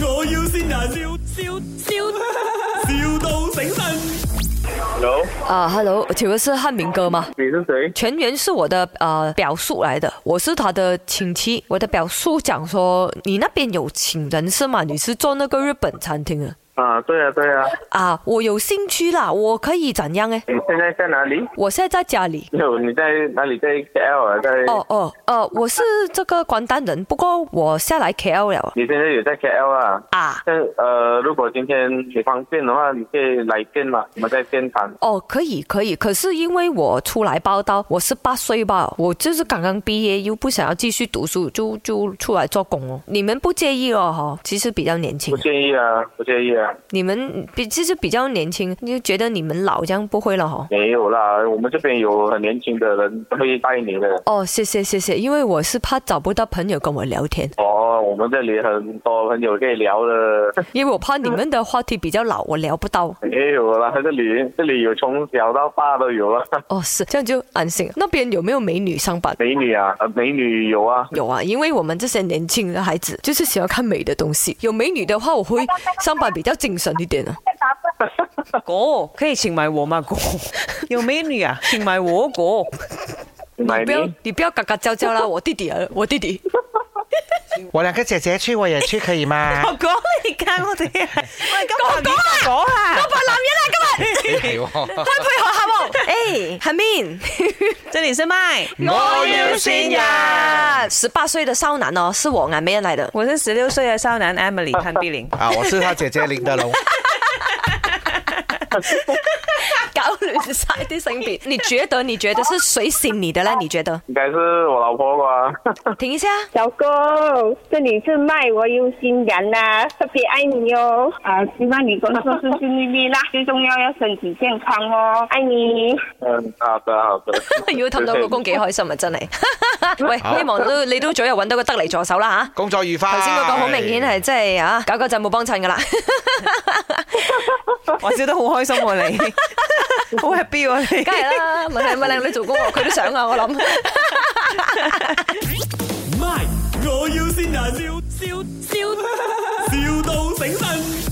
要先人，笑笑笑，,笑到醒神。 Hello，啊、h e l l o 请问是汉明哥吗？你是谁？全员是我的呃表叔来的，我是他的亲戚。我的表叔讲说，你那边有请人是吗？你是做那个日本餐厅的啊，对啊，对啊，啊？我有兴趣啦，我可以怎样哎？你现在在哪里？ 我现在在家里。有你在哪里？在 KL 啊，在。哦哦，呃，我是这个关丹人，不过我下来 KL 了你现在有在 KL 啊？啊。但呃，如果今天你方便的话，你可以来见嘛，我们在现场。哦，可以可以，可是因为我出来报道，我十八岁吧，我就是刚刚毕业，又不想要继续读书，就就出来做工哦。你们不介意哦哈？其实比较年轻不，介意啊，不介意啊，你们比其实比较年轻，就觉得你们老这样不会了哈。没有啦，我们这边有很年轻的人会带你的。哦，谢谢谢谢，因为我是怕找不到朋友跟我聊天，哦，我们这里很多朋友可以聊的， 因为我怕你们的话题比较老，我聊不到。也有啦，这里这里有从小到大都有啊，哦，是这样就安心。那边有没有美女上班？美女啊，呃美女有啊，有啊，因为我们这些年轻的孩子就是喜欢看美的东西。有美女的话，我会上班比较精神一点啊。果可以请埋我吗？果有美女啊，请埋 我果。买你哦不要哎你。你不要嘎嘎叫叫啦，我弟弟啊，我弟弟。 我两个姐姐去，我也去，可 以吗？我講你間我 哋係，我哋今日講啊，扮男人啊，今日係喎开配合下喎。诶，下面即連先麥，我要先人，十八岁的少男哦，是我俺妹来的。我是十六歲嘅少男 Emily 潘碧玲。啊，我是他姐姐林德龙。搞乱晒啲性别，你觉得你觉得是谁醒你的呢？你觉得？应该是我老婆吧。停一下，。小哥，这里是卖我有心人呐、特别爱你哦。啊，希望你工作顺顺利利啦，最重要要身体健康哦，爱你。嗯，好的好的 如果氹到老公几开心啊，真系。 喂，希望都你都早日揾到个得嚟助手啦啊吓。工作愉快。頭先嗰個好明顯係真係啊，搞搞震冇幫襯噶啦。我笑得好開心喎、 你好 happy 喎、你。梗係啦，問係咪靚女做工喎，佢都想啊，我諗。 My，我要先人，笑笑笑，,笑到醒神。